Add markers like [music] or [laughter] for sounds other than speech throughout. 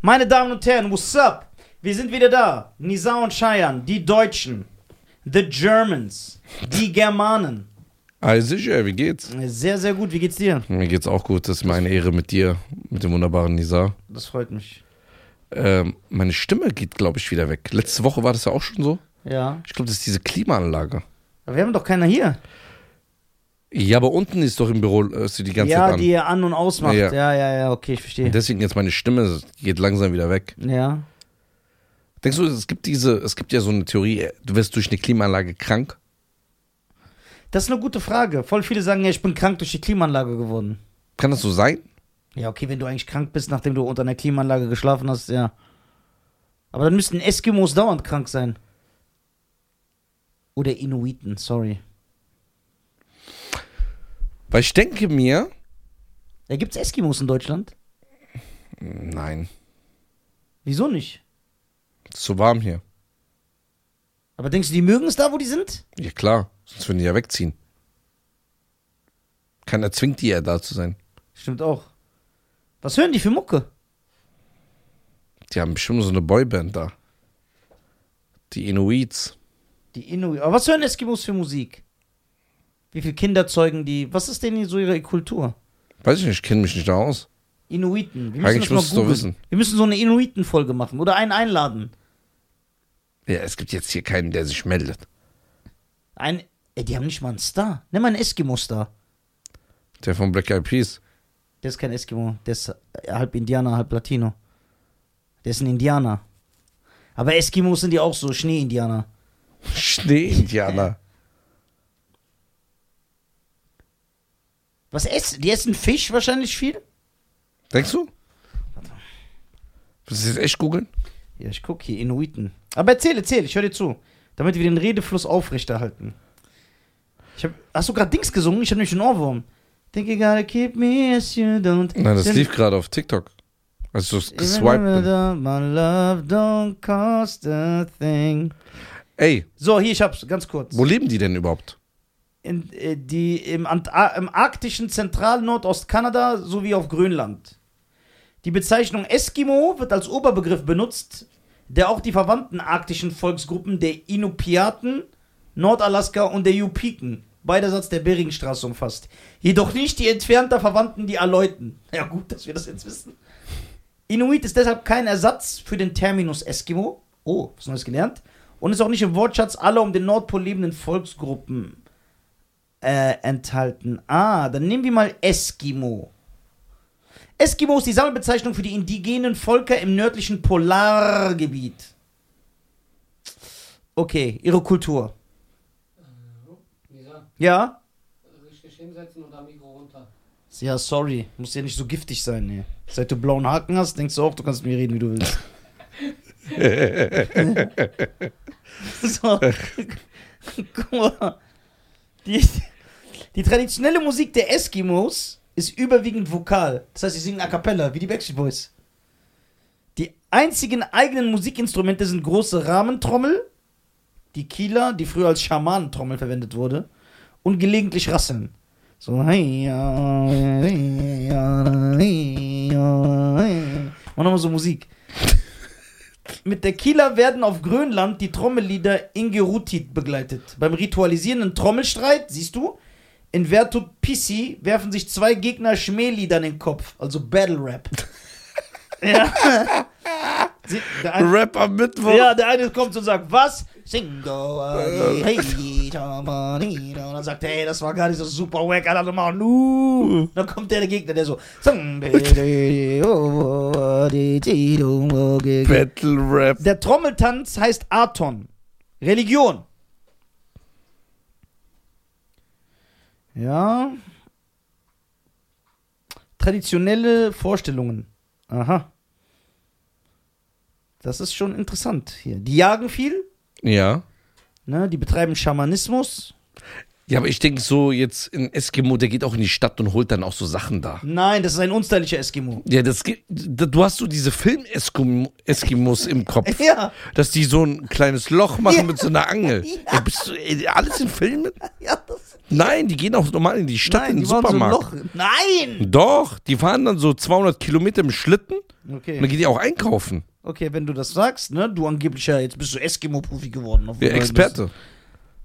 Meine Damen und Herren, what's up? Wir sind wieder da. Nisa und Cheyenne, die Deutschen, the Germans, die Germanen. Ah, sicher, wie geht's? Sehr, sehr gut. Wie geht's dir? Mir geht's auch gut. Das ist meine Ehre mit dir, mit dem wunderbaren Nisa. Das freut mich. Ähm, meine Stimme geht, glaube ich, wieder weg. Letzte Woche war das ja auch schon so. Ja. Ich glaube, das ist diese Klimaanlage. Aber wir haben doch keiner hier. Ja, aber unten ist doch im Büro äh, ist sie die ganze ja, Zeit an. die ihr an und ausmacht. Ja, Ja. ja, ja, okay, ich verstehe. Deswegen jetzt meine Stimme geht langsam wieder weg. Ja. Denkst du, es gibt diese, es gibt ja so eine Theorie, du wirst durch eine Klimaanlage krank? Das ist eine gute Frage. Voll viele sagen ja, ich bin krank durch die Klimaanlage geworden. Kann das so sein? Ja, okay, wenn du eigentlich krank bist, nachdem du unter einer Klimaanlage geschlafen hast, ja. Aber dann müssten Eskimos dauernd krank sein. Oder Inuiten, sorry. Weil ich denke mir, Da gibt's Eskimos in Deutschland. nein, Wieso nicht? es ist zu warm hier. Aber denkst du, die mögen es da, wo die sind? Ja klar, sonst würden die ja wegziehen. Keiner zwingt die ja da zu sein. Stimmt auch. Was hören die für Mucke? Die haben bestimmt so eine Boyband da. Die Inuits. Die Inuit. Aber was hören Eskimos für Musik? Wie viele Kinder zeugen die? Was ist denn so ihre Kultur? Weiß ich nicht, ich kenne mich nicht da aus. Inuiten. Wir Eigentlich mal musst du es doch googeln. wissen. Wir müssen so eine Inuiten-Folge machen oder einen einladen. Ja, es gibt jetzt hier keinen, der sich meldet. Ein, ey, die haben nicht mal einen Star. Nimm mal einen Eskimo-Star. Der von Black Eyed Peas. [laughs] Der ist kein Eskimo. Der ist äh, halb Indianer, halb Latino. Der ist ein Indianer. Aber Eskimos sind ja auch so Schnee-Indianer. Schnee-Indianer. Was essen? Die essen Fisch wahrscheinlich viel? Denkst du? Willst du jetzt echt googeln? Ja, ich gucke hier, Inuiten. Aber erzähl, erzähl, ich höre dir zu. Damit wir den Redefluss aufrechterhalten. Ich hab, hast du gerade Dings gesungen? Ich habe nämlich einen Ohrwurm. Think you gotta keep me as you don't. Nein, das lief gerade auf TikTok. Als du es geswiped bin. My love don't cost a thing. Ey, So, hier, ich hab's, ganz kurz. wo leben die denn überhaupt? In, äh, die im, Anta im arktischen Zentral-Nordostkanada sowie auf Grönland. Die Bezeichnung Eskimo wird als Oberbegriff benutzt, der auch die verwandten arktischen Volksgruppen der Inupiaten, Nordalaska und der Yupiken, beiderseits der Beringstraße umfasst. Jedoch nicht die entfernter Verwandten, die Aleuten. [laughs] Ja, gut, dass wir das jetzt wissen. Inuit ist deshalb kein Ersatz für den Terminus Eskimo. Oh, was Neues gelernt. Und ist auch nicht im Wortschatz aller um den Nordpol lebenden Volksgruppen äh, enthalten. Ah, dann nehmen wir mal Eskimo. Eskimo ist die Sammelbezeichnung für die indigenen Völker im nördlichen Polargebiet. Okay, ihre Kultur. Nisa, Ja? richtig hinsetzen und am Mikro runter. Ja, sorry. Muss ja nicht so giftig sein, ey. Seit du blauen Haken hast, denkst du auch, du kannst mit mir reden, wie du willst. so. Guck mal. Die, die traditionelle Musik der Eskimos ist überwiegend vokal. Das heißt, sie singen a cappella, wie die Backstreet Boys. Die einzigen eigenen Musikinstrumente sind große Rahmentrommel, die Kieler, die früher als Schamanentrommel verwendet wurde, und gelegentlich Rasseln. So, hey, ja, hey, ja, hey, ja, hey. Mach nochmal so Musik. Mit der Kieler werden auf Grönland die Trommellieder Ingerutit begleitet. Beim ritualisierenden Trommelstreit, siehst du, in Vertupisi werfen sich zwei Gegner Schmählieder in den Kopf, also Battle Rap. ja. [laughs] Sie, der ein- Rap am Mittwoch. Äh, ja, der eine kommt und sagt, was? Singo, hey, Und dann sagt er, ey, das war gar nicht so super wack, Alter, du mal, nu. Dann kommt der, der Gegner, der so. oh, Der Battle Rap. Trommeltanz heißt Aton. Religion. Ja. Traditionelle Vorstellungen. Aha. Das ist schon interessant hier. Die jagen viel, Ja. ne? die betreiben Schamanismus. Ja, aber ich denke so jetzt in Eskimo, der geht auch in die Stadt und holt dann auch so Sachen da. Nein, das ist ein unstylischer Eskimo. [laughs] Ja, das geht, da- du hast so diese Film-Eskimos im Kopf, Ja, dass die so ein kleines Loch machen Ja. mit so einer Angel. [laughs] Ja. Ey, bist du, ey, alles in Filmen? ja, das, Nein, die gehen auch normal in die Stadt, in waren den so ein Supermarkt. Loch. Nein! Doch, die fahren dann so 200 Kilometer im Schlitten und dann Okay. gehen die auch einkaufen. okay, wenn du das sagst, ne, du angeblicher, jetzt bist du Eskimo-Profi geworden. obwohl Der du ein Experte. bisschen-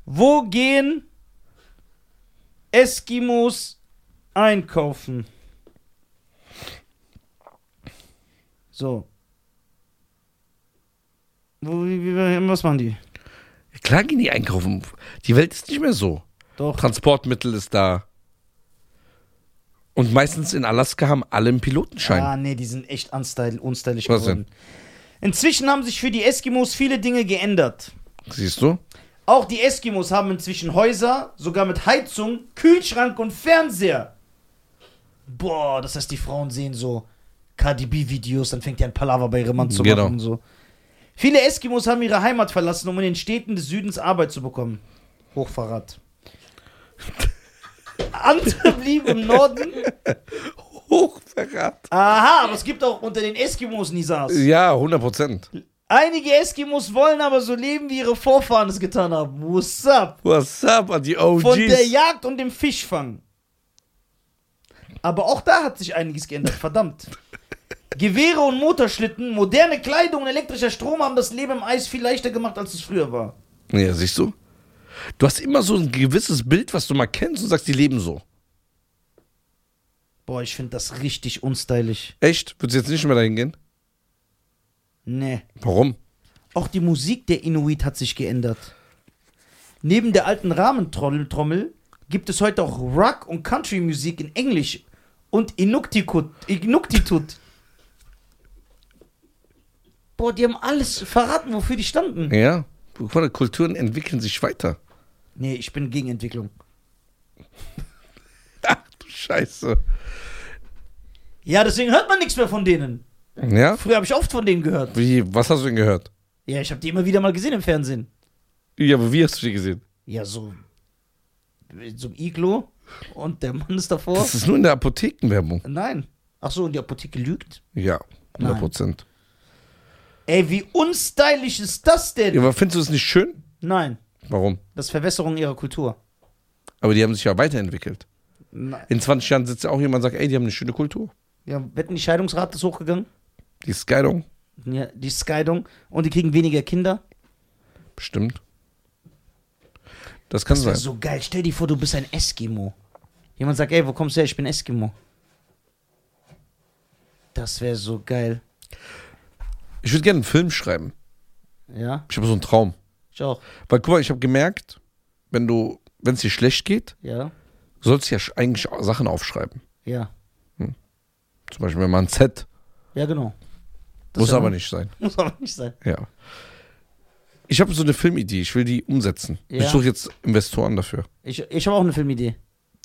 Wo gehen Eskimos einkaufen? So. Wo, wie, wie, was machen die? Klar gehen die einkaufen. Die Welt ist nicht mehr so. Doch. Transportmittel ist da. Und meistens in Alaska haben alle einen Pilotenschein. Ah, nee, die sind echt unstyle, unstylisch Was geworden. Inzwischen haben sich für die Eskimos viele Dinge geändert. Siehst du? Auch die Eskimos haben inzwischen Häuser, sogar mit Heizung, Kühlschrank und Fernseher. Boah, das heißt, die Frauen sehen so KDB-Videos, dann fängt ja ein Palaver bei ihrem Mann zu Genau. machen und so. Viele Eskimos haben ihre Heimat verlassen, um in den Städten des Südens Arbeit zu bekommen. [laughs] Hochverrat. Andere blieben im Norden. Hochverrat. Aha, aber es gibt auch unter den Eskimos Nisas. Ja, 100 Prozent. Einige Eskimos wollen aber so leben, wie ihre Vorfahren es getan haben. What's up? What's up Oh, an die OGs? Von der Jagd und dem Fischfang. Aber auch da hat sich einiges geändert, verdammt. Gewehre und Motorschlitten, moderne Kleidung und elektrischer Strom haben das Leben im Eis viel leichter gemacht, als es früher war. ja, siehst du? Du hast immer so ein gewisses Bild, was du mal kennst und sagst, die leben so. Boah, ich finde das richtig unstylisch. Echt? Würdest du jetzt nicht mehr dahin gehen? Nee. Warum? Auch die Musik der Inuit hat sich geändert. Neben der alten Rahmentrommel gibt es heute auch Rock- und Country-Musik in Englisch und Inuktitut. Inuktitut. Boah, die haben alles verraten, wofür die standen. Ja. Guck mal, Kulturen entwickeln sich weiter. [laughs] Nee, ich bin gegen Entwicklung. Ach du Scheiße. Ja, deswegen hört man nichts mehr von denen. Ja? Früher habe ich oft von denen gehört. Wie, was hast du denn gehört? Ja, ich habe die immer wieder mal gesehen im Fernsehen. Ja, aber wie hast du die gesehen? Ja, so. So ein Iglo und der Mann ist davor. [laughs] Das ist nur in der Apothekenwerbung. Nein. Ach so, und die Apotheke lügt. Ja, 100 Prozent. Ey, wie unstylisch ist das denn? Ja, aber findest du es nicht schön? Nein, Warum? das ist Verwässerung ihrer Kultur. Aber die haben sich ja weiterentwickelt. Nein. In 20 Jahren sitzt ja auch jemand und sagt, ey, die haben eine schöne Kultur. Ja, wetten, die Scheidungsrate ist hochgegangen, Die ist geil, ja, die Scheidung, und die kriegen weniger Kinder. bestimmt. Das kann Das sein. wäre so geil. Stell dir vor, du bist ein Eskimo. Jemand sagt, ey, wo kommst du her? Ich bin Eskimo. Das wäre so geil. Ich würde gerne einen Film schreiben. Ja, Ich habe so einen Traum. ich auch. Weil guck mal, ich habe gemerkt, wenn du, wenn es dir schlecht geht, Ja, sollst du ja sch- eigentlich auch Sachen aufschreiben. ja. Zum Beispiel wenn man ein Z. Ja, genau. [laughs] Das Muss wär- aber nicht sein. Muss aber nicht sein. Ja. Ich habe so eine Filmidee, ich will die umsetzen. Ja. Ich suche jetzt Investoren dafür. Ich, ich habe auch eine Filmidee.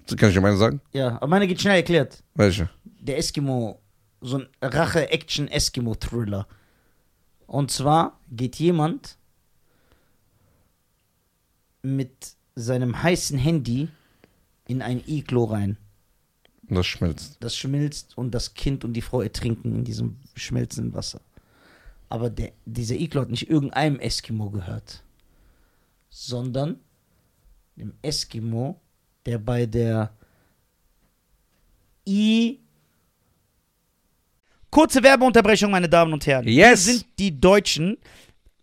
Das kann ich dir meine sagen? Ja, aber meine geht schnell erklärt. Welche? der Eskimo, so ein Rache-Action-Eskimo-Thriller. Und zwar geht jemand mit seinem heißen Handy in ein Iglo rein. Und das schmilzt. Das schmilzt und das Kind und die Frau ertrinken in diesem schmelzenden Wasser. Aber der, dieser Iglo hat nicht irgendeinem Eskimo gehört, sondern dem Eskimo, der bei der I. Kurze Werbeunterbrechung, meine Damen und Herren. Yes! Wir sind die Deutschen.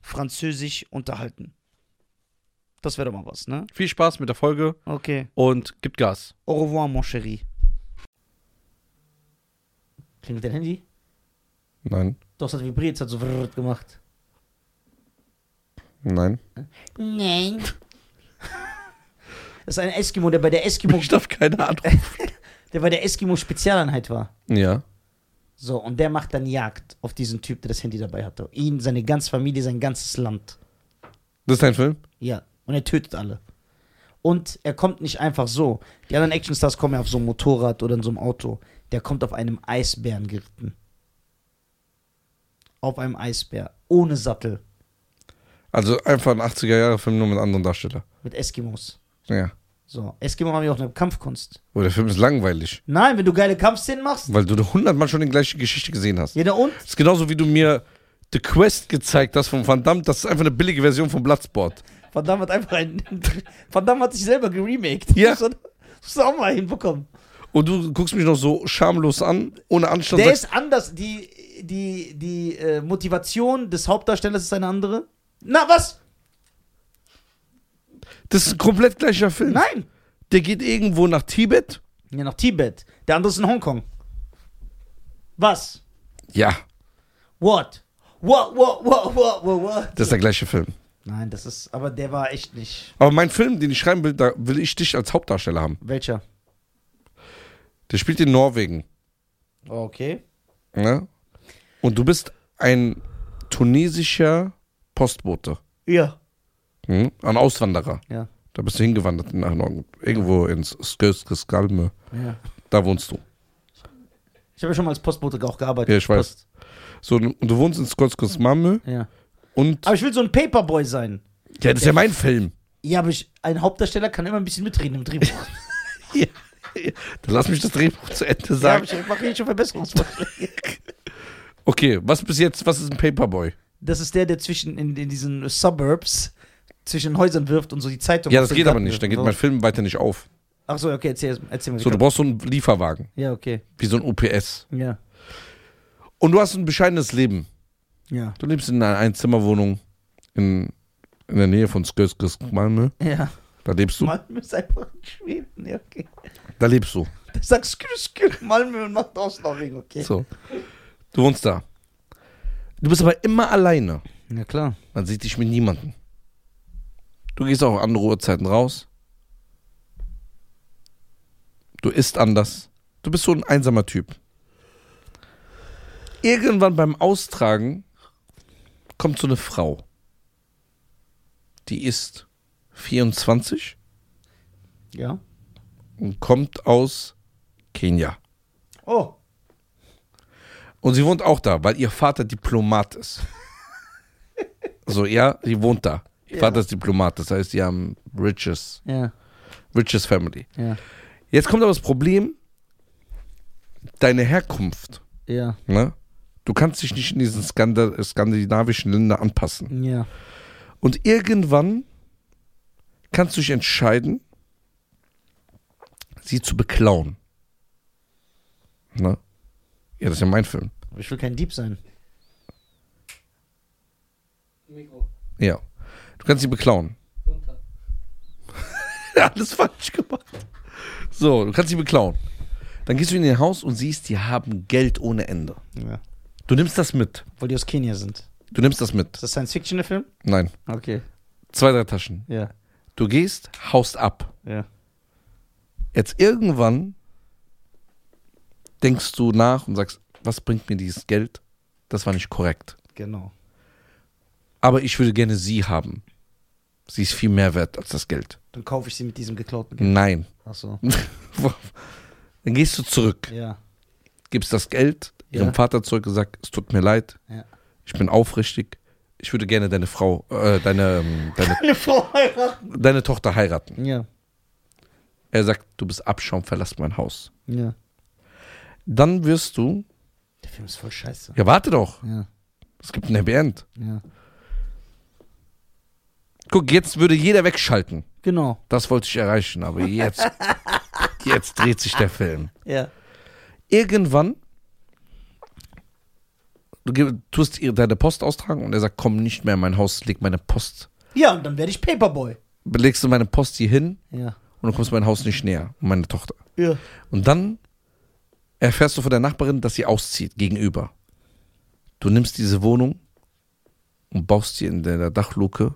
Französisch unterhalten. Das wäre doch mal was, ne? Viel Spaß mit der Folge Okay. und gibt Gas. Au revoir, mon chéri. Klingelt dein Handy? Nein, Doch, es hat vibriert, es hat so vrrrt gemacht. nein. Nein. Das ist ein Eskimo, der bei der Eskimo, Ich darf keine Ahnung. der bei der Eskimo Spezialeinheit war. [laughs] Ja. So, und der macht dann Jagd auf diesen Typ, der das Handy dabei hatte. Ihn, seine ganze Familie, sein ganzes Land. Das ist ein Film? Ja. Und er tötet alle. Und er kommt nicht einfach so. Die anderen Actionstars kommen ja auf so einem Motorrad oder in so einem Auto. Der kommt auf einem Eisbären geritten. Auf einem Eisbär. Ohne Sattel. Also einfach ein 80er-Jahre-Film, nur mit anderen Darsteller. Mit Eskimos. Ja. So, Eskimo haben ja auch eine Kampfkunst. Aber der Film ist langweilig, Nein, wenn du geile Kampfszenen machst. weil du hundertmal schon die gleiche Geschichte gesehen hast. Ja, da und? Das ist genauso, wie du mir The Quest gezeigt hast von Van Damme. Das ist einfach eine billige Version von Bloodsport. Van Damme hat einfach [laughs] einen. Van Damme hat sich selber geremaked. Ja. Das musst du auch mal hinbekommen. Und du guckst mich noch so schamlos an, ohne Anstand. Der sagst, ist anders. Die, die, die äh, Motivation des Hauptdarstellers ist eine andere. Na, was? das ist ein komplett gleicher Film. Nein. Der geht irgendwo nach Tibet. Ja, nach Tibet. Der andere ist in Hongkong. Was? Ja, What? What, what, what, what, what, what? das ist der gleiche Film. Nein, das ist. Aber der war echt nicht. Aber mein Film, den ich schreiben will, da will ich dich als Hauptdarsteller haben. Welcher? Der spielt in Norwegen. Okay. Ne? Und du bist ein tunesischer Postbote. Ja. Hm? Ein Auswanderer. Ja. Da bist du hingewandert nach Norden. Irgendwo ins Skalme. ja. Da wohnst du. Ich habe ja schon mal als Postbote auch gearbeitet. Ja, ich weiß. Post. So, und du wohnst in Skalme Ja. und. Aber ich will so ein Paperboy sein. Ja, das ist Ah, ja mein Film. Ja, aber ich, ein Hauptdarsteller kann immer ein bisschen mitreden im [laughs] Drehbuch. Ja. Dann lass mich das Drehbuch zu Ende ja, aber sagen. ich mache hier schon Verbesserungsvorschläge. Okay, was bis jetzt, was ist ein Paperboy? Das ist der, der zwischen in, in diesen Suburbs zwischen Häusern wirft und so die Zeitung. Ja, aus das dem geht aber Garten nicht. Dann wirft geht und mein so. Film weiter nicht auf. Ach so, okay, erzähl, erzähl mal. So, du brauchst so einen Lieferwagen, ja, okay. wie so ein UPS. Ja. Und du hast ein bescheidenes Leben. Ja. Du lebst in einer Einzimmerwohnung in, in der Nähe von Skölskis Malmö. Ja. ne? [laughs] Da lebst du. Malmö ist einfach in Schweden. Ja, okay. Da lebst du. Der sagt Skür, Skür, Malmö und macht aus Norwegen, okay. So. Du wohnst da. Du bist aber immer alleine. Ja, klar. Man sieht dich mit niemandem. Du gehst auch andere Uhrzeiten raus. Du isst anders. Du bist so ein einsamer Typ. Irgendwann beim Austragen kommt so eine Frau. Die ist 24 Ja. und kommt aus Kenia. Oh. Und sie wohnt auch da, weil ihr Vater Diplomat ist. so, ja, sie wohnt da. Ihr Ja. Vater ist Diplomat, das heißt, sie haben riches, Ja. riches Family. Ja. Jetzt kommt aber das Problem, deine Herkunft. Ja. Ne? Du kannst dich nicht in diesen Skanda skandinavischen Länder anpassen. Ja. Und irgendwann kannst du dich entscheiden, sie zu beklauen. Ne? Ja, das ist ja mein Film. Aber ich will kein Dieb sein. Mikro, Ja. Du kannst sie [laughs] beklauen. runter. Alles falsch gemacht. So, du kannst sie beklauen. Dann gehst du in ihr Haus und siehst, die haben Geld ohne Ende. Ja. Du nimmst das mit. Weil die aus Kenia sind. Du nimmst das mit. Ist das Science Fiction, der Film? Nein. Okay. Zwei, drei Taschen. Ja. Du gehst, haust ab. Ja. Jetzt irgendwann denkst du nach und sagst, was bringt mir dieses Geld? Das war nicht korrekt. Genau. Aber ich würde gerne sie haben. Sie ist viel mehr wert als das Geld. Dann kaufe ich sie mit diesem geklauten Geld. Nein. [laughs] Achso. Dann gehst du zurück, Ja. gibst das Geld Ja. ihrem Vater zurück und sagst, es tut mir leid, Ja. ich bin aufrichtig, ich würde gerne deine Frau, äh, deine, ähm, deine, Eine Frau heiraten. deine Tochter heiraten. Ja. Er sagt, du bist Abschaum, verlass mein Haus. Ja. Dann wirst du, Der Film ist voll scheiße. ja warte doch, Ja. es gibt ein Happy End. Ja. Guck, jetzt würde jeder wegschalten. Genau. Das wollte ich erreichen, aber jetzt, jetzt dreht sich der Film. Ja. Irgendwann, du gib- tust ihr deine Post austragen und er sagt, komm nicht mehr in mein Haus, leg meine Post, Ja, und dann werde ich Paperboy. legst du meine Post hier hin Ja. und du kommst mein Haus nicht näher, und meine Tochter. Ja. Und dann erfährst du von der Nachbarin, dass sie auszieht gegenüber. Du nimmst diese Wohnung und baust dir in der Dachluke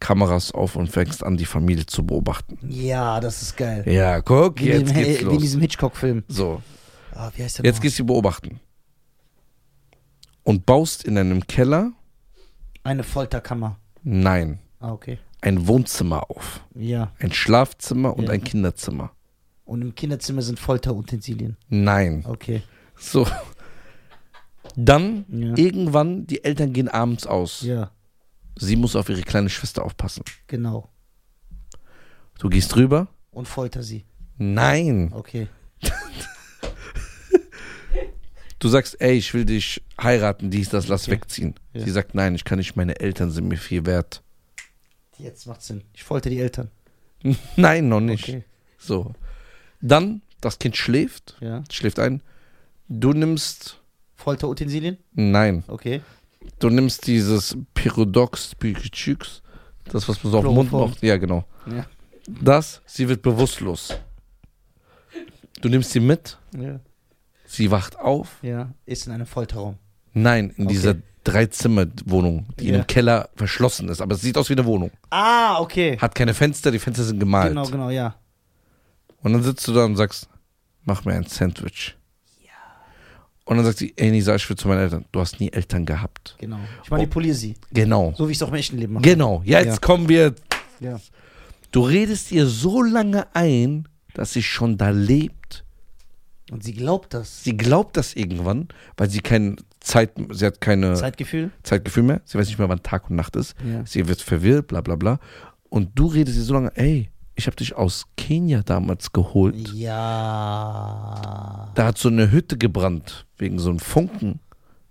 Kameras auf und fängst an, die Familie zu beobachten. Ja, das ist geil. Ja, guck, Wie in jetzt diesem, geht's äh, wie in los. diesem Hitchcock-Film. So, Ah, wie heißt der jetzt noch? gehst du beobachten. Und baust in einem Keller, Eine Folterkammer. nein, Ah, okay. ein Wohnzimmer auf. Ja. Ein Schlafzimmer und Ja. ein Kinderzimmer. Und im Kinderzimmer sind Folterutensilien. Nein. Okay. So. Dann Ja. irgendwann, die Eltern gehen abends aus. Ja, Sie muss auf ihre kleine Schwester aufpassen. genau. Du gehst rüber? Und folter sie. Nein. Okay. Du sagst, ey, ich will dich heiraten, dies, das, lass Okay. wegziehen. Ja. Sie sagt, nein, ich kann nicht, meine Eltern sind mir viel wert. [laughs] Jetzt macht Sinn. Ich folter die Eltern. nein, noch nicht. Okay. So. Dann, das Kind schläft, Ja. schläft ein. Du nimmst, Folterutensilien? nein, Okay. du nimmst dieses Pyrodox, Pyrodox, das, was man so auf den Mund Chloroform. macht. Ja, genau. Ja. Das, sie wird bewusstlos. Du nimmst sie mit, Ja. sie wacht auf. Ja. Ist in einem Folterraum. Nein, in Okay. dieser Dreizimmer-Wohnung, die in Ja. einem Keller verschlossen ist, aber es sieht aus wie eine Wohnung. Ah, okay. Hat keine Fenster, die Fenster sind gemalt. Genau, genau, ja. Und dann sitzt du da und sagst, mach mir ein Sandwich. Und dann sagt sie, ey Nisa, ich will zu meinen Eltern. Du hast nie Eltern gehabt. Genau. Ich manipuliere sie. Genau. So wie ich es auch im echten Leben mache. Genau. Jetzt Ja. kommen wir. Ja. Du redest ihr so lange ein, dass sie schon da lebt. Und sie glaubt das. Sie glaubt das irgendwann, weil sie keine Zeit, sie hat keine Zeitgefühl? Zeitgefühl mehr. Sie weiß nicht mehr, wann Tag und Nacht ist. Ja. Sie wird verwirrt, bla bla bla. Und du redest ihr so lange, ey, ich habe dich aus Kenia damals geholt. Ja. Da hat so eine Hütte gebrannt, wegen so einem Funken.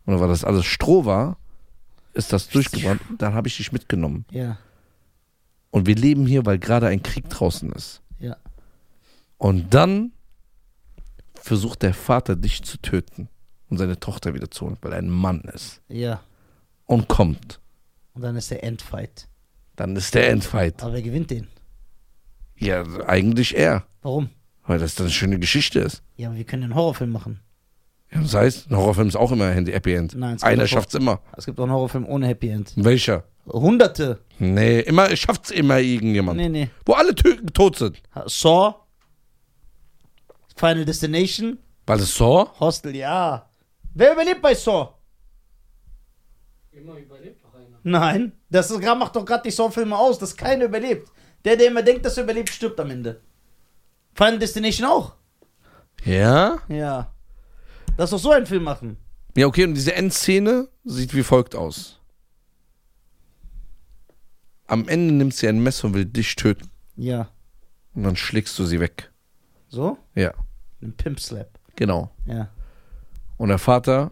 Und weil das alles Stroh war, ist das durchgebrannt. Und dann habe ich dich mitgenommen. Ja. Und wir leben hier, weil gerade ein Krieg draußen ist. Ja. Und dann versucht der Vater, dich zu töten und seine Tochter wieder zu holen, weil er ein Mann ist. Ja. Und kommt. Und dann ist der Endfight. Dann ist der Endfight. Aber wer gewinnt den? Ja, eigentlich er. Warum? Weil das dann eine schöne Geschichte ist. Ja, aber wir können einen Horrorfilm machen. Ja, das heißt, ein Horrorfilm ist auch immer Handy Happy End. Nein, es gibt Einer auch- schafft's immer. Es gibt auch einen Horrorfilm ohne Happy End. Welcher? Hunderte. Nee, immer schafft's immer irgendjemand. Nee, nee. Wo alle Türken tot sind. Saw. Final Destination. War das Saw? Hostel, ja. Wer überlebt bei Saw? Immer überlebt doch einer. Nein. Das ist, grad- macht doch gerade die Saw-Filme aus, dass keiner überlebt. Der, der immer denkt, dass er überlebt, stirbt am Ende. Final Destination auch. Ja? Ja. Lass doch so einen Film machen. Ja, okay, und diese Endszene sieht wie folgt aus. Am Ende nimmt sie ein Messer und will dich töten. Ja. Und dann schlägst du sie weg. So? Ja, Ein Pimp Slap. genau. Ja. Und der Vater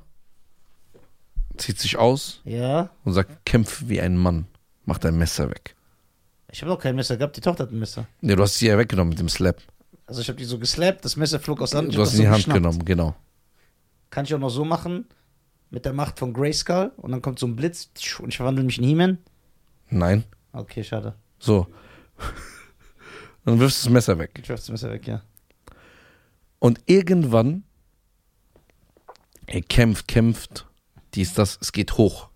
zieht sich aus Ja. und sagt, kämpf wie ein Mann. Mach dein Messer weg. Ich habe noch kein Messer gehabt, die Tochter hat ein Messer. Ja, du hast sie ja weggenommen mit dem Slap. Also ich habe die so geslappt, das Messer flog aus der Hand. ich Du hab hast das sie in die so Hand geschnappt. genommen, genau. Kann ich auch noch so machen, mit der Macht von Grayskull und dann kommt so ein Blitz tsch, und ich verwandle mich in He-Man. Nein. Okay, schade. So. [laughs] Dann wirfst du das Messer weg. Ich werf das Messer weg, ja. Und irgendwann, er kämpft, kämpft, dies, das, es geht hoch.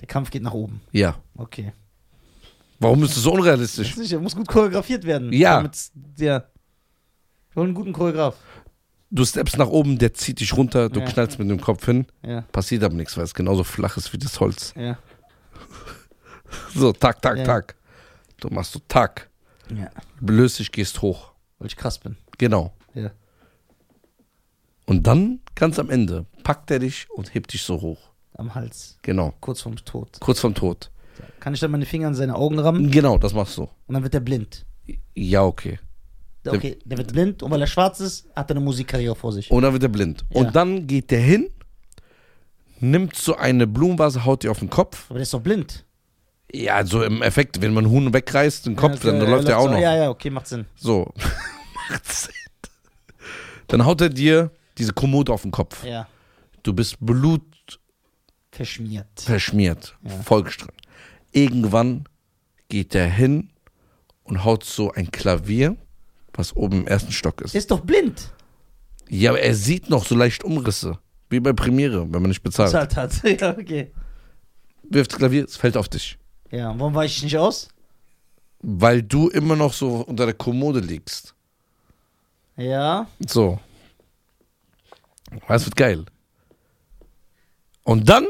Der Kampf geht nach oben. Ja. Okay. Warum ist das so unrealistisch? Das nicht, der muss gut choreografiert werden. Ja. damit's- Ja. Wir holen einen guten Choreograf. Du steppst nach oben, der zieht dich runter, du Ja. knallst mit dem Kopf hin, Ja. passiert aber nichts, weil es genauso flach ist wie das Holz. Ja. So, tak, tak, Ja. tak. Du machst so Tack, Ja, löst dich, gehst hoch. weil ich krass bin. Genau. Ja. Und dann, ganz am Ende, packt er dich und hebt dich so hoch. Am Hals. Genau. Kurz vorm Tod. Kurz vorm Tod. Kann ich dann meine Finger in seine Augen rammen Genau, das machst du. und dann wird er blind. Ja, okay. Der- Okay, der wird blind und weil er schwarz ist, hat er eine Musikkarriere vor sich. Und dann wird er blind. Ja. Und dann geht der hin, nimmt so eine Blumenvase, haut dir auf den Kopf. Aber der ist doch blind. Ja, so im Effekt, wenn man einen Huhn wegreißt, den Kopf, Ja, dann, okay, dann läuft der auch so- noch. Ja, ja, okay, macht Sinn. So. [laughs] Macht Sinn. Dann haut er dir diese Kommode auf den Kopf. Ja, Du bist blutverschmiert, verschmiert. Ja. vollgestrahlt. Irgendwann geht er hin und haut so ein Klavier, was oben im ersten Stock ist. Der ist doch blind. Ja, aber er sieht noch so leicht Umrisse. Wie bei Premiere, wenn man nicht bezahlt. Bezahlt hat. [laughs] Ja, okay. Wirft das Klavier, es fällt auf dich. Ja, und warum weiche ich nicht aus? Weil du immer noch so unter der Kommode liegst. Ja. So. Das wird geil. Und dann?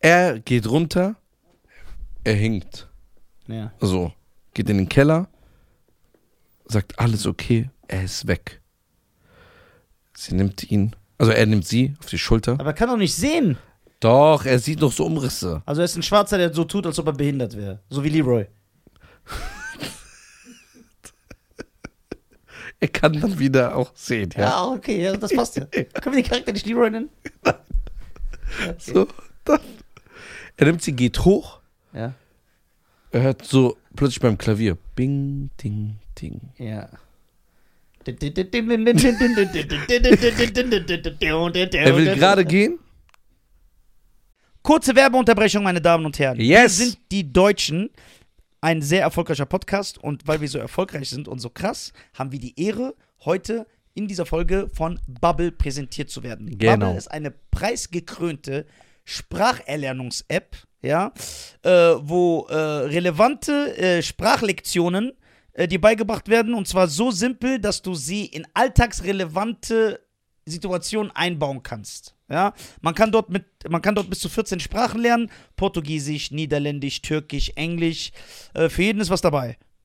Er geht runter. Er hinkt. Ja. So. Geht in den Keller. Sagt, alles okay. Er ist weg. Sie nimmt ihn. Also er nimmt sie auf die Schulter. Aber er kann doch nicht sehen. Doch, er sieht noch so Umrisse. Also er ist ein Schwarzer, der so tut, als ob er behindert wäre. So wie Leroy. Er kann dann wieder auch sehen, Ja, ja. okay, ja, das passt ja. [laughs] Können wir den Charakter nicht Leroy nennen? So, dann. Er nimmt sie, geht hoch. Ja. Er hört so plötzlich beim Klavier. Bing, ding, ding. Ja. Er Er will will gerade gehen. Kurze Werbeunterbrechung, meine Damen und Herren. Yes. Wir sind die Deutschen, ein sehr erfolgreicher Podcast und weil wir so erfolgreich sind und so krass, haben wir die Ehre, heute in dieser Folge von Bubble präsentiert zu werden. Genau. Bubble ist eine preisgekrönte Spracherlernungs-App, ja, äh, wo äh, relevante äh, Sprachlektionen äh, dir beigebracht werden und zwar so simpel, dass du sie in alltagsrelevante Situationen einbauen kannst. Ja, man kann dort mit, man kann dort bis zu 14 Sprachen lernen: Portugiesisch, Niederländisch, Türkisch, Englisch. Äh, für jeden ist was dabei.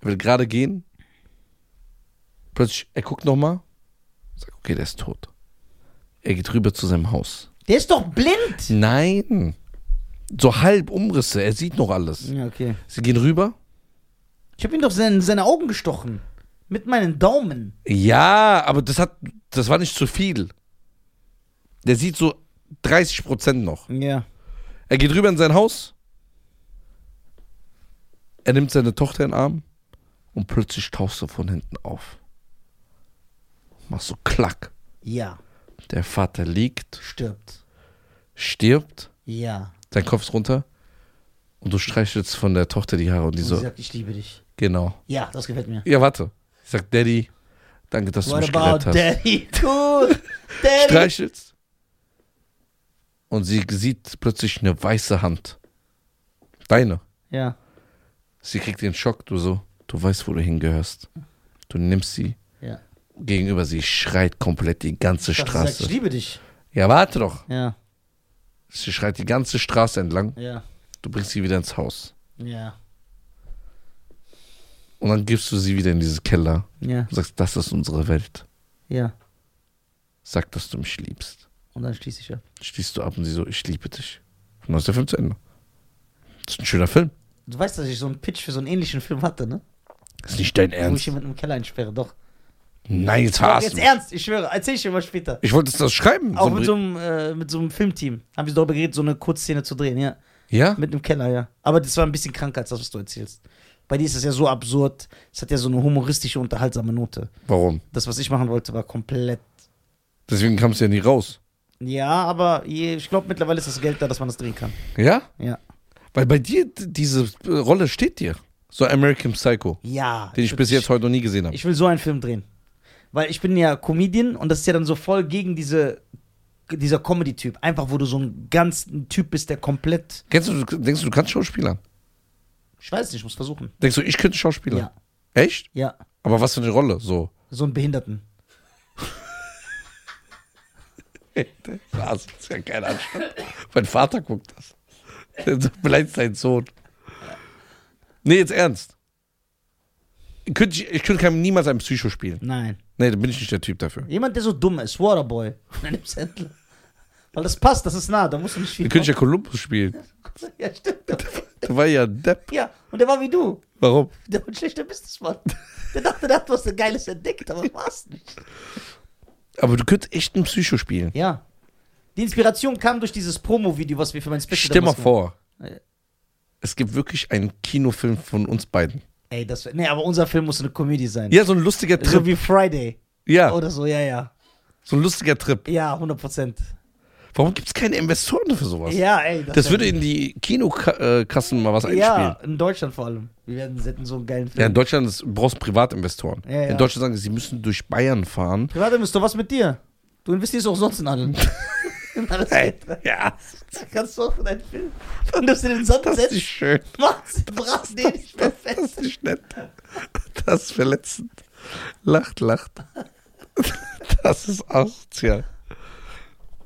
Er will gerade gehen. Plötzlich, er guckt nochmal. Sagt, okay, der ist tot. Er geht rüber zu seinem Haus. Der ist doch blind! Nein. So halb Umrisse. Er sieht noch alles. Ja, okay. Sie gehen rüber. Ich habe ihn doch in seine Augen gestochen. Mit meinen Daumen. Ja, aber das hat, das war nicht zu viel. Der sieht so 30 Prozent noch. Ja. Er geht rüber in sein Haus. Er nimmt seine Tochter in den Arm und plötzlich tauchst du von hinten auf. Machst so klack. Ja. Der Vater liegt, Stirbt. stirbt, Ja. sein Kopf ist runter und du streichelst von der Tochter die Haare und die Und sie so, sagt, ich liebe dich. genau. Ja, das gefällt mir. Ja, warte. Ich sag, Daddy, danke, dass du mich What gerettet about hast. Daddy? [laughs] Cool. Daddy. streichelst. Und sie sieht plötzlich eine weiße Hand. Deine. Ja. Sie kriegt den Schock, du so, du weißt, wo du hingehörst. Du nimmst sie, Ja. gegenüber sie schreit komplett die ganze Ich dachte, sie sagt, Straße. ich liebe dich. Ja, warte doch. Ja, Sie schreit die ganze Straße entlang. ja, Du bringst sie wieder ins Haus. ja, Und dann gibst du sie wieder in dieses Keller ja, und sagst, das ist unsere Welt. ja. Sag, dass du mich liebst. Und dann schließe ich ab. Schließt du ab und sie so, ich liebe dich. Und dann ist der Film zu Ende. Das ist ein schöner Film. Du weißt, dass ich so einen Pitch für so einen ähnlichen Film hatte, ne? Das ist nicht dein Wo ich Ernst. jemanden im Keller einsperre, doch. Nein, jetzt Doch, verarschst jetzt du mich. ernst, ich schwöre, erzähl ich dir mal später. Ich wollte es das schreiben. Auch ein mit Brief. so, einem, äh, mit so einem Filmteam haben wir darüber geredet, so eine Kurzszene zu drehen, ja. ja? Mit einem Keller, ja. Aber das war ein bisschen kranker als das, was du erzählst. Bei dir ist das ja so absurd. Es hat ja so eine humoristische, unterhaltsame Note. Warum? Das, was ich machen wollte, war komplett. Deswegen kam es ja nie raus. Ja, aber je- ich glaube, mittlerweile ist das Geld da, dass man das drehen kann. Ja? Ja. Weil bei dir d- diese äh, Rolle steht dir. So American Psycho, Ja. den ich bis jetzt heute noch nie gesehen habe. Ich will so einen Film drehen. Weil ich bin ja Comedian und das ist ja dann so voll gegen diese, dieser Comedy-Typ. Einfach, wo du so ein ganz ein Typ bist, der komplett. Kennst du, denkst du, du kannst Schauspieler? Ich weiß nicht, ich muss versuchen. Denkst du, ich könnte Schauspieler? Ja. Echt? Ja. Aber was für eine Rolle? So. So einen Behinderten. Was? [laughs] Das ist ja kein Anstand. mein Vater guckt das. Der so- beleidigt seinen Sohn. Nee, jetzt ernst. Ich könnte, ich- ich könnte keinem niemals einen Psycho spielen. Nein. Nee, da bin ich nicht der Typ dafür. Jemand, der so dumm ist. Waterboy. [laughs] Von einem Sandler. Weil das passt, das ist nah, da musst du nicht Da viel. könnte ich ja Columbus spielen. machen. [laughs] ja, stimmt. Der war ja ein Depp. Ja, und der war wie du. Warum? Der war ein schlechter Businessmann. Der dachte, der hat was Geiles entdeckt, aber war's nicht. Aber du könntest echt einen Psycho spielen. Ja. Die Inspiration kam durch dieses Promo-Video, was wir für mein Special Stell mal damals gemacht vor, Ja. es gibt wirklich einen Kinofilm von uns beiden. haben. Ey, das wär, Nee, aber unser Film muss eine Komödie sein. Ja, so ein lustiger So Trip. wie Friday. Ja, Oder so, ja, ja. so ein lustiger Trip. Ja, 100 Prozent. Warum gibt es keine Investoren für sowas? Ja, ey. Das wär- würde in die Kinokassen mal was einspielen. Ja, in Deutschland vor allem. Wir werden wir hätten so einen geilen Ja, in Film. Deutschland ist, du brauchst Privatinvestoren. Ja, ja. In Deutschland sagen sie, sie müssen durch Bayern fahren. Privatinvestor, was mit dir? Du investierst auch sonst in [laughs] allen. In alles geht. Ja, Kannst du auch in einen Film. Dann nimmst du den Sand das ist setzen, nicht schön. machst den Brass, den nicht mehr Das fest. ist nicht nett. Das ist verletzend. Lacht, lacht. Das ist asozial.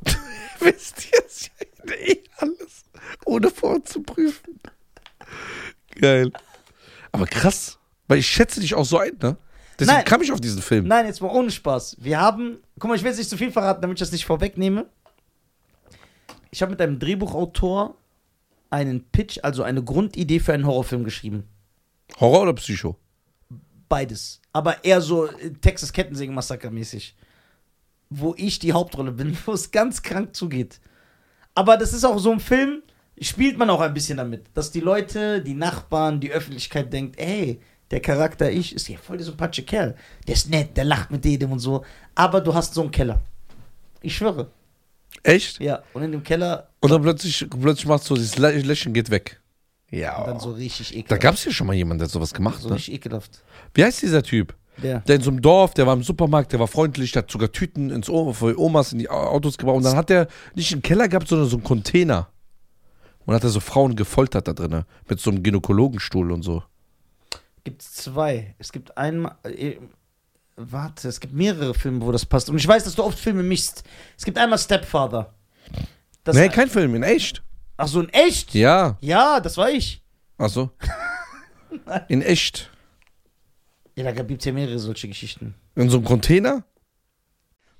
[laughs] Du investierst ja in eh alles, ohne vorzuprüfen. Geil. Aber krass, weil ich schätze dich auch so ein, ne? Deswegen Nein. kam ich auf diesen Film. Nein, jetzt mal ohne Spaß. Wir haben. Guck mal, ich will jetzt nicht zu viel verraten, damit ich das nicht vorwegnehme. Ich habe mit einem Drehbuchautor einen Pitch, also eine Grundidee für einen Horrorfilm geschrieben. Horror oder Psycho? Beides. Aber eher so äh, Texas Kettensägen-Massaker mäßig. Wo ich die Hauptrolle bin, [laughs] wo es ganz krank zugeht. Aber das ist auch so ein Film, spielt man auch ein bisschen damit. Dass die Leute, die Nachbarn, die Öffentlichkeit denkt, ey, der Charakter ich ist ja voll der sympathische Kerl. Der ist nett, der lacht mit jedem und so. Aber du hast so einen Keller. Ich schwöre. Echt? Ja. Und in dem Keller Und dann plötzlich, plötzlich machst du so dieses Lä- Lächeln geht weg. Ja. dann so Also richtig Oh. da ekelhaft. gab es ja schon mal jemanden, der sowas gemacht so hat. Ne? richtig ekelhaft. Wie heißt dieser Typ? Der. Der in so einem Dorf, der war im Supermarkt, der war freundlich, der hat sogar Tüten ins Ohr für Omas in die Au- Autos gebaut. Und dann hat er nicht einen Keller gehabt, sondern so einen Container. Und hat er so Frauen gefoltert da drinne mit so einem Gynäkologenstuhl und so. gibt es zwei. Es gibt einmal. Äh, warte, es gibt mehrere Filme, wo das passt. Und ich weiß, dass du oft Filme mischst. Es gibt einmal Stepfather. Das nee, kein Film, in echt. Ach so, in echt? Ja. Ja, das war ich. Achso. [laughs] in echt. Ja, da gibt es ja mehrere solche Geschichten. In so einem Container?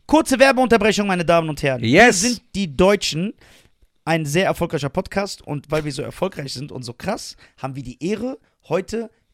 Kurze Werbeunterbrechung, meine Damen und Herren. Yes. Wir sind die Deutschen. Ein sehr erfolgreicher Podcast und weil wir so erfolgreich sind und so krass, haben wir die Ehre, heute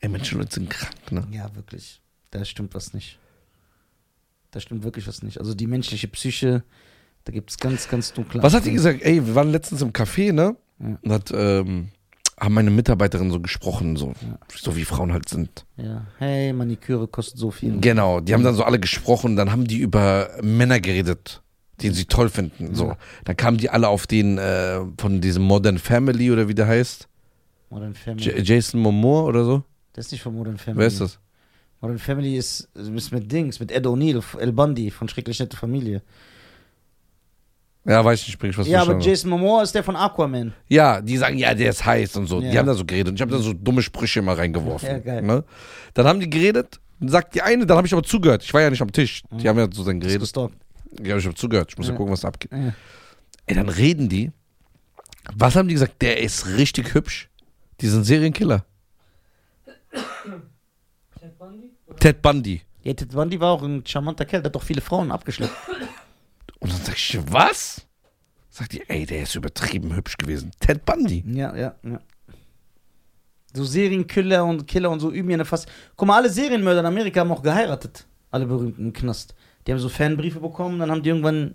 Ey, Menschen Leute sind krank, ne? Ja, wirklich. Da stimmt was nicht. Da stimmt wirklich was nicht. Also die menschliche Psyche, da gibt es ganz, ganz dunkle. Was hat die gesagt? Ey, wir waren letztens im Café, ne? Ja. Und hat, ähm, haben meine Mitarbeiterin so gesprochen, so, so wie Frauen halt sind. Ja. Hey, Maniküre kostet so viel. Genau, Mhm. die haben dann so alle gesprochen, dann haben die über Männer geredet, den sie toll finden. So. Dann kamen die alle auf den äh, von diesem Modern Family oder wie der heißt. Modern Family. J Jason Momoa oder so. das ist nicht von Modern Family. Wer ist das? Modern Family ist, ist mit Dings, mit Ed O'Neill, El Bundy von Schrecklich Nette Familie. Ja, weiß nicht, sprich was ja, du aber schon- Jason Momoa ist der von Aquaman. Ja, die sagen, ja, der ist heiß und so. Die Ja. haben da so geredet und ich habe da so dumme Sprüche mal reingeworfen. Ja, geil. Ne? Dann haben die geredet, sagt die eine, dann habe ich aber zugehört. Ich war ja nicht am Tisch. Die haben ja so dann Mhm. Ist geredet. gestalkt. Ja, ich habe zugehört. Ich muss ja, Ja. gucken, was da abgeht. Ja. Ey, dann reden die. Was haben die gesagt? Der ist richtig hübsch. Die sind Serienkiller. Ted Bundy? Oder Ted Bundy. Ja, Ted Bundy war auch ein charmanter Kerl, der hat doch viele Frauen abgeschleppt. Und dann sag ich, was? Sagt die, ey, der ist übertrieben hübsch gewesen. Ted Bundy. Ja, ja, ja. So Serienkiller und Killer und so üben ja eine fast. Guck mal, alle Serienmörder in Amerika haben auch geheiratet. Alle berühmten im Knast. Die haben so Fanbriefe bekommen, dann haben die irgendwann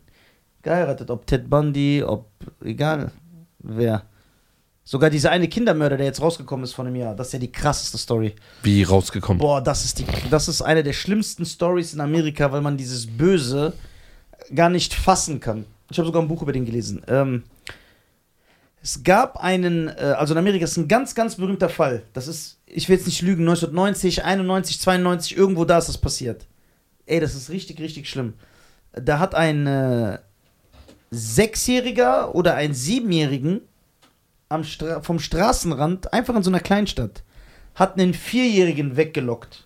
geheiratet. Ob Ted Bundy, ob egal wer. Sogar dieser eine Kindermörder, der jetzt rausgekommen ist vor einem Jahr, das ist ja die krasseste Story. Wie rausgekommen. Boah, das ist, die, das ist eine der schlimmsten Stories in Amerika, weil man dieses Böse gar nicht fassen kann. Ich habe sogar ein Buch über den gelesen. Ähm, es gab einen, äh, also in Amerika ist ein ganz, ganz berühmter Fall. Das ist, ich will jetzt nicht lügen, 1990, 91, 92, irgendwo da ist das passiert. Ey, das ist richtig, richtig schlimm. Da hat ein äh, Sechsjähriger oder ein Siebenjährigen am Stra vom Straßenrand, einfach in so einer Kleinstadt, hat einen Vierjährigen weggelockt.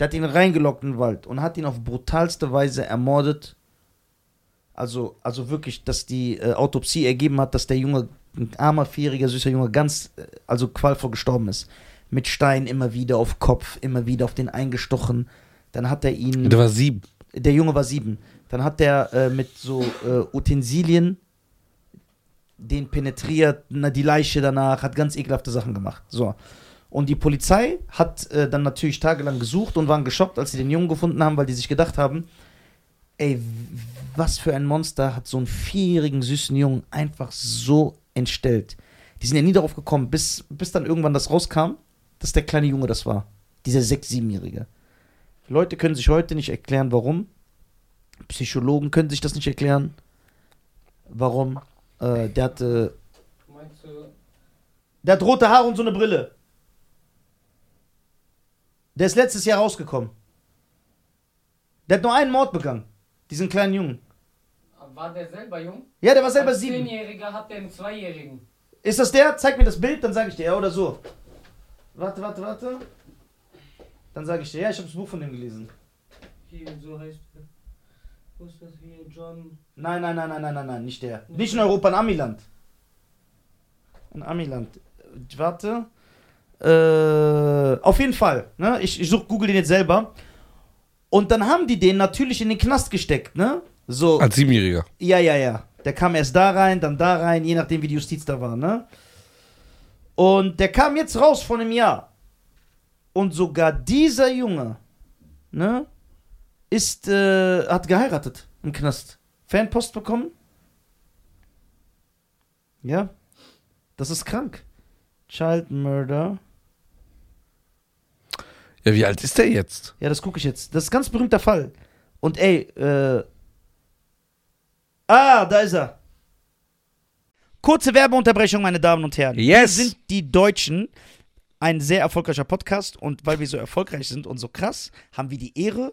Der hat ihn reingelockt in den Wald und hat ihn auf brutalste Weise ermordet. Also, also wirklich, dass die äh, Autopsie ergeben hat, dass der Junge, ein armer, vierjähriger, süßer Junge, ganz, äh, also qualvoll gestorben ist. Mit Stein immer wieder auf Kopf, immer wieder auf den eingestochen. Dann hat er ihn Der war sieben. der Junge war sieben. Dann hat der äh, mit so äh, Utensilien den penetriert, na, die Leiche danach, hat ganz ekelhafte Sachen gemacht. So. Und die Polizei hat äh, dann natürlich tagelang gesucht und waren geschockt, als sie den Jungen gefunden haben, weil die sich gedacht haben, ey, w- was für ein Monster hat so einen vierjährigen süßen Jungen einfach so entstellt. Die sind ja nie darauf gekommen, bis, bis dann irgendwann das rauskam, dass der kleine Junge das war. Dieser sechs-, siebenjährige. Leute können sich heute nicht erklären, warum. Psychologen können sich das nicht erklären, warum. Äh, der, hatte, meinst du, der hat rote Haare und so eine Brille. Der ist letztes Jahr rausgekommen. Der hat nur einen Mord begangen. Diesen kleinen Jungen. war der selber jung? Ja, der war selber Als sieben. Zehnjähriger hat er einen Zweijährigen. Ist das der? Zeig mir das Bild, dann sage ich dir. Ja, oder so. Warte, warte, warte. Dann sage ich dir. Ja, ich habe das Buch von dem gelesen. Hier, so heißt er. Wo ist das hier? John. Nein, nein, nein, nein, nein, nein, nein, nicht der. Nicht in Europa, in Amiland. In Amiland. Äh, Warte. Äh, auf jeden Fall. Ne? Ich, ich suche Google den jetzt selber. Und dann haben die den natürlich in den Knast gesteckt, ne? So. Als Siebenjähriger. Ja, ja, ja. Der kam erst da rein, dann da rein, je nachdem, wie die Justiz da war, ne? Und der kam jetzt raus vor einem Jahr. Und sogar dieser Junge, ne, ist, äh, hat geheiratet im Knast. Fanpost bekommen, Ja. Das ist krank. Child Murder. Ja, wie alt ist der jetzt? Ja, das gucke ich jetzt. Das ist ein ganz berühmter Fall. Und ey, äh. Ah, da ist er. Kurze Werbeunterbrechung, meine Damen und Herren. Yes. Wir sind die Deutschen. Ein sehr erfolgreicher Podcast. Und weil wir so erfolgreich sind und so krass, haben wir die Ehre,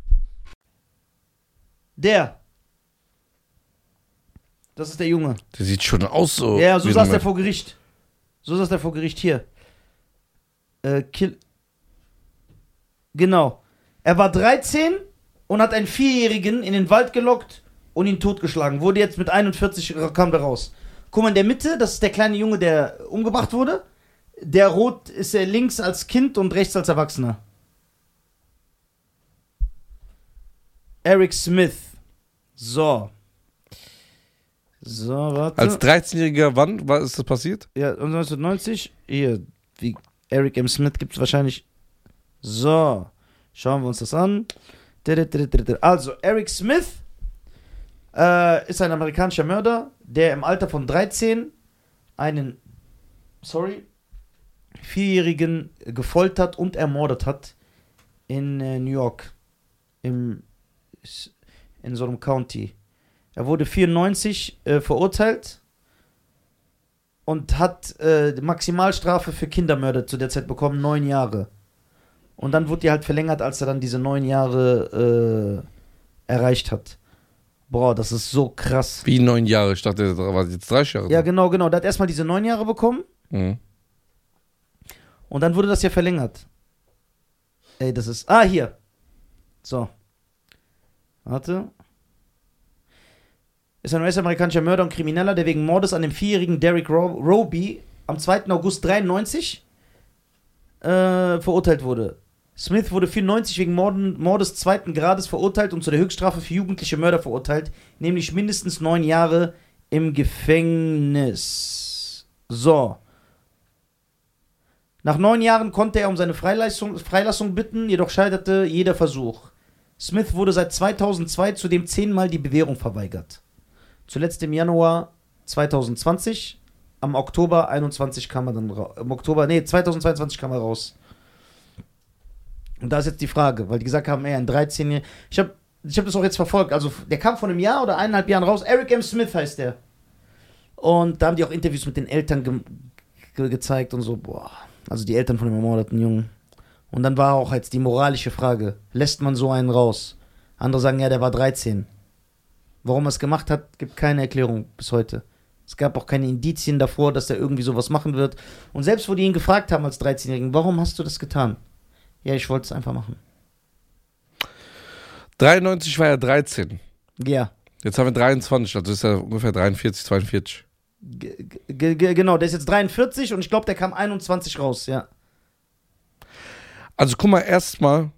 Der. Das ist der Junge. Der sieht schon aus so. Ja, so wie saß ein- der vor Gericht. So saß der vor Gericht hier. Äh, Kill. Genau. Er war 13 und hat einen Vierjährigen in den Wald gelockt und ihn totgeschlagen. Wurde jetzt mit 41 ra- kam der raus. Guck mal, in der Mitte, das ist der kleine Junge, der umgebracht wurde. Der rot ist er links als Kind und rechts als Erwachsener. Eric Smith. So. So, warte. Als 13-Jähriger, wann war, ist das passiert? Ja, und 1990, hier, wie Eric M. Smith gibt es wahrscheinlich. So, schauen wir uns das an. Also, Eric Smith äh, ist ein amerikanischer Mörder, der im Alter von 13 einen, sorry, Vierjährigen gefoltert und ermordet hat in äh, New York. Im, in so einem County. Er wurde 94 äh, verurteilt und hat äh, die Maximalstrafe für Kindermörder zu der Zeit bekommen, neun Jahre. Und dann wurde die halt verlängert, als er dann diese neun Jahre äh, erreicht hat. Boah, das ist so krass. Wie neun Jahre? Ich dachte, der war jetzt 30 Jahre. Ja, genau, genau. Der hat erstmal diese neun Jahre bekommen Mhm. und dann wurde das ja verlängert. Ey, das ist. Ah, hier. So. Warte. Ist ein US-amerikanischer Mörder und Krimineller, der wegen Mordes an dem vierjährigen Derek Ro Roby am 2. August 93 äh, verurteilt wurde. Smith wurde 94 wegen Morden, Mordes zweiten Grades verurteilt und zu der Höchststrafe für jugendliche Mörder verurteilt, nämlich mindestens neun Jahre im Gefängnis. So. Nach neun Jahren konnte er um seine Freilassung, Freilassung bitten, jedoch scheiterte jeder Versuch. Smith wurde seit 2002 zudem zehnmal die Bewährung verweigert. Zuletzt im Januar 2020, am Oktober 21 kam er dann raus. Im Oktober, nee, 2022 kam er raus. Und da ist jetzt die Frage, weil die gesagt haben, ey, ein 13-Jähriger. Ich habe ich hab das auch jetzt verfolgt. Also, der kam vor einem Jahr oder eineinhalb Jahren raus. Eric M. Smith heißt der. Und da haben die auch Interviews mit den Eltern ge ge gezeigt und so, boah. Also die Eltern von dem ermordeten Jungen. Und dann war auch jetzt die moralische Frage, lässt man so einen raus? Andere sagen, ja, der war 13. Warum er es gemacht hat, gibt keine Erklärung bis heute. Es gab auch keine Indizien davor, dass er irgendwie sowas machen wird. Und selbst wo die ihn gefragt haben als 13-Jährigen, warum hast du das getan? Ja, ich wollte es einfach machen. 93 war er 13. Ja. Jetzt haben wir 23, also ist er ungefähr 43, 42. G g- g- genau, der ist jetzt 43 und ich glaube, der kam 21 raus, ja. Also guck mal, erstmal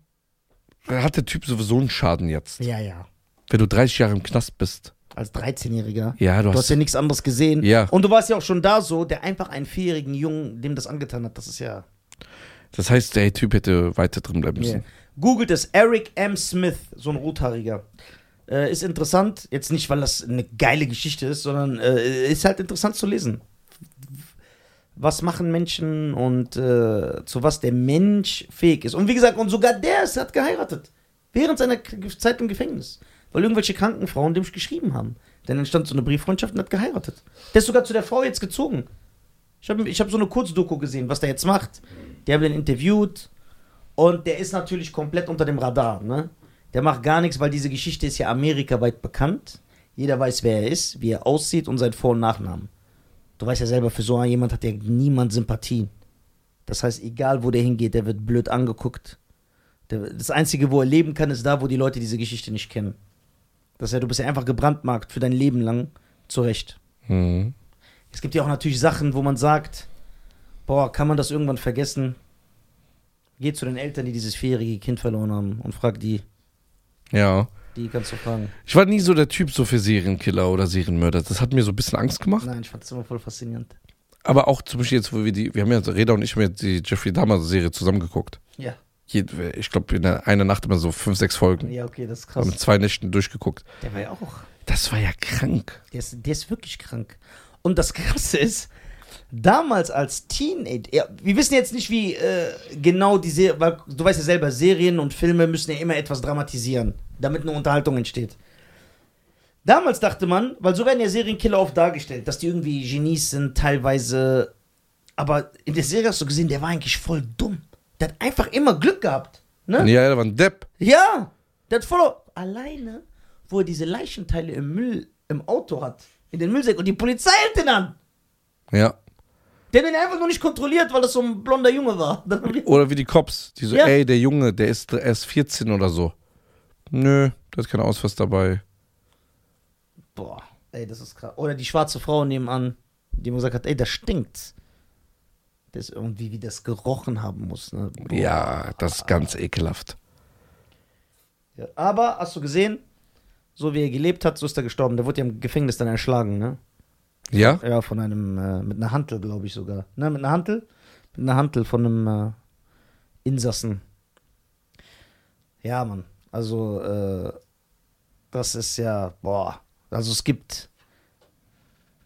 hat der Typ sowieso einen Schaden jetzt. Ja, ja. Wenn du 30 Jahre im Knast bist. Als 13-Jähriger. Ja, Du du, hast hast. ja nichts anderes gesehen. Ja. Und du warst ja auch schon da so, der einfach einen vierjährigen Jungen, dem das angetan hat. Das ist ja. Das heißt, der Typ hätte weiter drin bleiben müssen. Googelt es. Eric M. Smith, so ein Rothaariger. Äh, ist interessant. Jetzt nicht, weil das eine geile Geschichte ist, sondern äh, ist halt interessant zu lesen. Was machen Menschen und äh, zu was der Mensch fähig ist. Und wie gesagt, und sogar der ist, hat geheiratet. Während seiner K- Zeit im Gefängnis. Weil irgendwelche Krankenfrauen dem geschrieben haben. Dann entstand so eine Brieffreundschaft und hat geheiratet. Der ist sogar zu der Frau jetzt gezogen. Ich habe ich hab so eine Kurzdoku gesehen, was der jetzt macht. Die haben den interviewt. Und der ist natürlich komplett unter dem Radar, ne? Der macht gar nichts, weil diese Geschichte ist ja amerikaweit bekannt. Jeder weiß, wer er ist, wie er aussieht und seinen Vor- und Nachnamen. Du weißt ja selber, für so jemand hat ja niemand Sympathien. Das heißt, egal wo der hingeht, der wird blöd angeguckt. Der, das Einzige, wo er leben kann, ist da, wo die Leute diese Geschichte nicht kennen. Das heißt, du bist ja einfach gebrandmarkt für dein Leben lang. Zu Recht. Mhm. Es gibt ja auch natürlich Sachen, wo man sagt, boah, kann man das irgendwann vergessen? Geh zu den Eltern, die dieses vierjährige Kind verloren haben und frag die. Ja. Die kannst du fragen. Ich war nie so der Typ so für Serienkiller oder Serienmörder. Das hat mir so ein bisschen Angst gemacht. Nein, ich fand das immer voll faszinierend. Aber auch zum Beispiel jetzt, wo wir die, wir haben ja, Reda und ich haben ja die Jeffrey Dahmer-Serie zusammengeguckt. Ja. Jed- Ich glaube, in der- einer Nacht immer so fünf, sechs Folgen. Ja, okay, das ist Haben mit krass. zwei Nächten durchgeguckt. Der war ja auch. Das war ja krank. Der ist, der ist wirklich krank. Und das Krasse ist, damals als Teenager, ja, wir wissen jetzt nicht, wie äh, genau die Serie, weil du weißt ja selber, Serien und Filme müssen ja immer etwas dramatisieren, damit eine Unterhaltung entsteht. Damals dachte man, weil so werden ja Serienkiller oft dargestellt, dass die irgendwie Genies sind, teilweise. Aber in der Serie hast du gesehen, der war eigentlich voll dumm. Der hat einfach immer Glück gehabt. Ne? Ja, der war ein Depp. Ja, der hat voll. Alleine, wo er diese Leichenteile im Müll, im Auto hat, in den Müllsack und die Polizei hält ihn an. Ja. Der hat ihn einfach nur nicht kontrolliert, weil das so ein blonder Junge war. [laughs] Dann haben die- Oder wie die Cops, die so, Ja. ey, der Junge, der ist erst 14 oder so. Nö, der hat keinen Ausweis dabei. Boah, ey, das ist krass. Oder die schwarze Frau nebenan, die mir gesagt hat, ey, das stinkt. Das ist irgendwie, wie das gerochen haben muss. Ne? Boah. Ja, das ist ganz ekelhaft. Ja. Aber, hast du gesehen, so wie er gelebt hat, so ist er gestorben. Der wurde ja im Gefängnis dann erschlagen, ne? Ja? Ja, von einem, äh, mit einer Hantel, glaube ich sogar. Ne, mit einer Hantel? Mit einer Hantel von einem äh, Insassen. Ja, Mann. Also, äh, das ist ja, boah. Also, es gibt.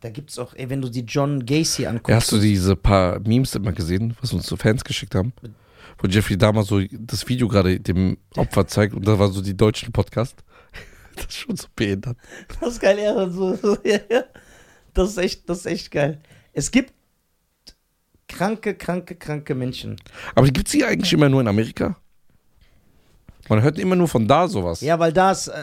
Da gibt's auch, ey, wenn du die John Gacy anguckst. Ja, hast du diese paar Memes immer gesehen, was uns so Fans geschickt haben? Wo Jeffrey Dahmer so das Video gerade dem Opfer zeigt und da war so die deutschen Podcast. [laughs] Das ist schon so behindert. [laughs] Das ist geil, ja. So, so, ja, ja. Das, ist echt, das ist echt geil. Es gibt kranke, kranke, kranke Menschen. Aber gibt es die eigentlich immer nur in Amerika? Man hört immer nur von da sowas. Ja, weil das, äh,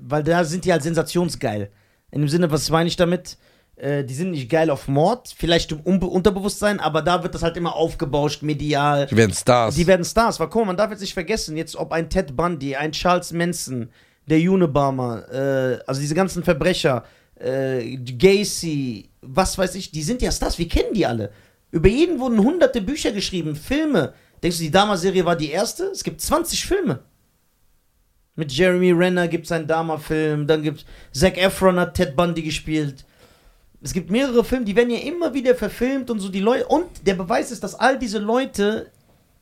weil da sind die halt sensationsgeil. In dem Sinne, was meine ich damit? Äh, die sind nicht geil auf Mord, vielleicht im Unbe Unterbewusstsein, aber da wird das halt immer aufgebauscht, medial. Die werden Stars. Die werden Stars, weil guck mal, man darf jetzt nicht vergessen, jetzt ob ein Ted Bundy, ein Charles Manson, der Unabomber, äh, also diese ganzen Verbrecher, äh, Gacy, was weiß ich, die sind ja Stars, wir kennen die alle. Über jeden wurden hunderte Bücher geschrieben, Filme. Denkst du, die Dama-Serie war die erste? Es gibt 20 Filme. Mit Jeremy Renner gibt es einen Dama-Film, dann gibt Zac Efron hat Ted Bundy gespielt. Es gibt mehrere Filme, die werden ja immer wieder verfilmt und so die Leute. Und der Beweis ist, dass all diese Leute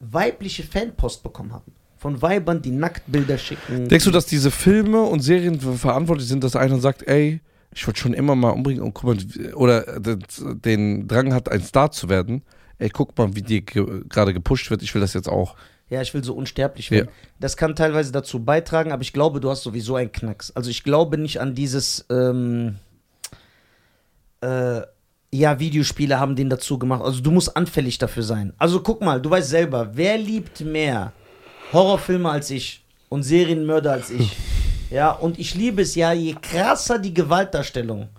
weibliche Fanpost bekommen haben. Von Weibern, die Nacktbilder schicken. Denkst du, dass diese Filme und Serien ver- verantwortlich sind, dass einer sagt, ey, ich wollte schon immer mal umbringen und guck mal, oder das- den Drang hat, ein Star zu werden? Ey, guck mal, wie dir ge gerade gepusht wird, ich will das jetzt auch. ja, ich will so unsterblich werden. Ja. Das kann teilweise dazu beitragen, aber ich glaube, du hast sowieso einen Knacks. Also ich glaube nicht an dieses, ähm, äh, ja, Videospiele haben den dazu gemacht. Also du musst anfällig dafür sein. Also guck mal, du weißt selber, wer liebt mehr Horrorfilme als ich und Serienmörder als [laughs] ich? Ja, und ich liebe es ja, je krasser die Gewaltdarstellung,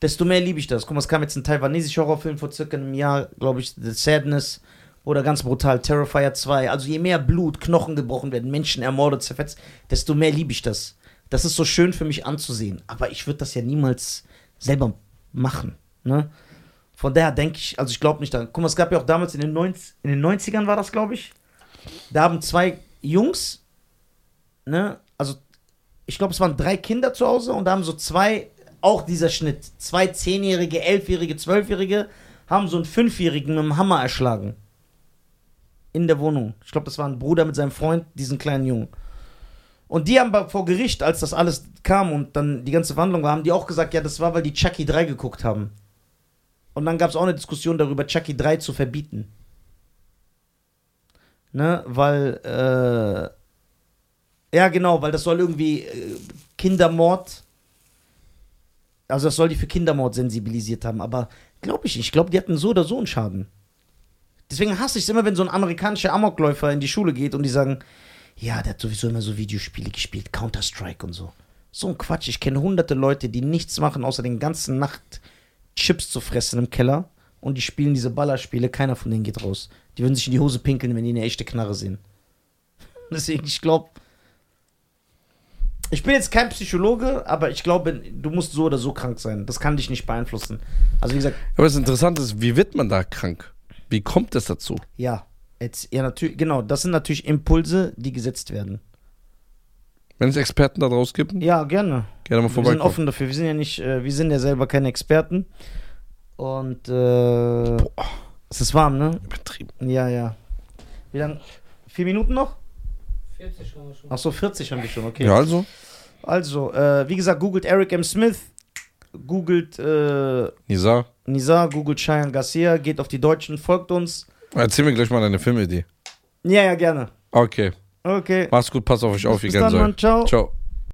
desto mehr liebe ich das. Guck mal, es kam jetzt ein taiwanesischer Horrorfilm vor circa einem Jahr, glaube ich, The Sadness oder ganz brutal Terrifier 2. Also je mehr Blut, Knochen gebrochen werden, Menschen ermordet, zerfetzt, desto mehr liebe ich das. das ist so schön für mich anzusehen. Aber ich würde das ja niemals selber machen. Ne? Von daher denke ich, also ich glaube nicht daran. Guck mal, es gab ja auch damals in den, 90, in den 90ern war das, glaube ich. Da haben zwei Jungs, ne, also ich glaube, es waren drei Kinder zu Hause und da haben so zwei, auch dieser Schnitt, zwei Zehnjährige, Elfjährige, Zwölfjährige, haben so einen Fünfjährigen mit dem Hammer erschlagen. In der Wohnung. Ich glaube, das war ein Bruder mit seinem Freund, diesen kleinen Jungen. Und die haben bei- vor Gericht, als das alles kam und dann die ganze Wandlung war, haben die auch gesagt, ja, das war, weil die Chucky 3 geguckt haben. Und dann gab es auch eine Diskussion darüber, Chucky 3 zu verbieten. Ne, weil, äh, ja genau, weil das soll irgendwie äh, Kindermord, also das soll die für Kindermord sensibilisiert haben, aber glaube ich nicht. Ich glaube, die hatten so oder so einen Schaden. Deswegen hasse ich es immer, wenn so ein amerikanischer Amokläufer in die Schule geht und die sagen, ja, der hat sowieso immer so Videospiele gespielt, Counter-Strike und so. So ein Quatsch. Ich kenne hunderte Leute, die nichts machen, außer den ganzen Nacht Chips zu fressen im Keller. Und die spielen diese Ballerspiele. Keiner von denen geht raus. Die würden sich in die Hose pinkeln, wenn die eine echte Knarre sehen. [laughs] Deswegen, ich glaube. Ich bin jetzt kein Psychologe, aber ich glaube, du musst so oder so krank sein. Das kann dich nicht beeinflussen. Also, wie gesagt, Aber das Interessante ist, wie wird man da krank? Wie kommt es dazu? ja. Jetzt, ja, natürlich, genau. Das sind natürlich Impulse, die gesetzt werden. Wenn es Experten da draus gibt, Ja, gerne. Wir gerne mal sind vorbeikommen. offen dafür. Wir sind ja nicht, äh, wir sind ja selber keine Experten. Und äh, es ist warm, ne? Übertrieben. Ja, ja. Wie lange? Vier Minuten noch? 40 haben wir schon. Achso, 40 haben wir schon, okay. Ja, also, Also, äh, wie gesagt, googelt Eric M. Smith, googelt äh, Nisa, Nizar, googelt Cheyenne Garcia, geht auf die Deutschen, folgt uns. erzähl mir gleich mal deine Filmidee. Ja, ja, gerne. Okay, Okay. mach's gut, pass auf euch auf, ihr Bis dann, Gänsehaut. Mann. Ciao. Ciao.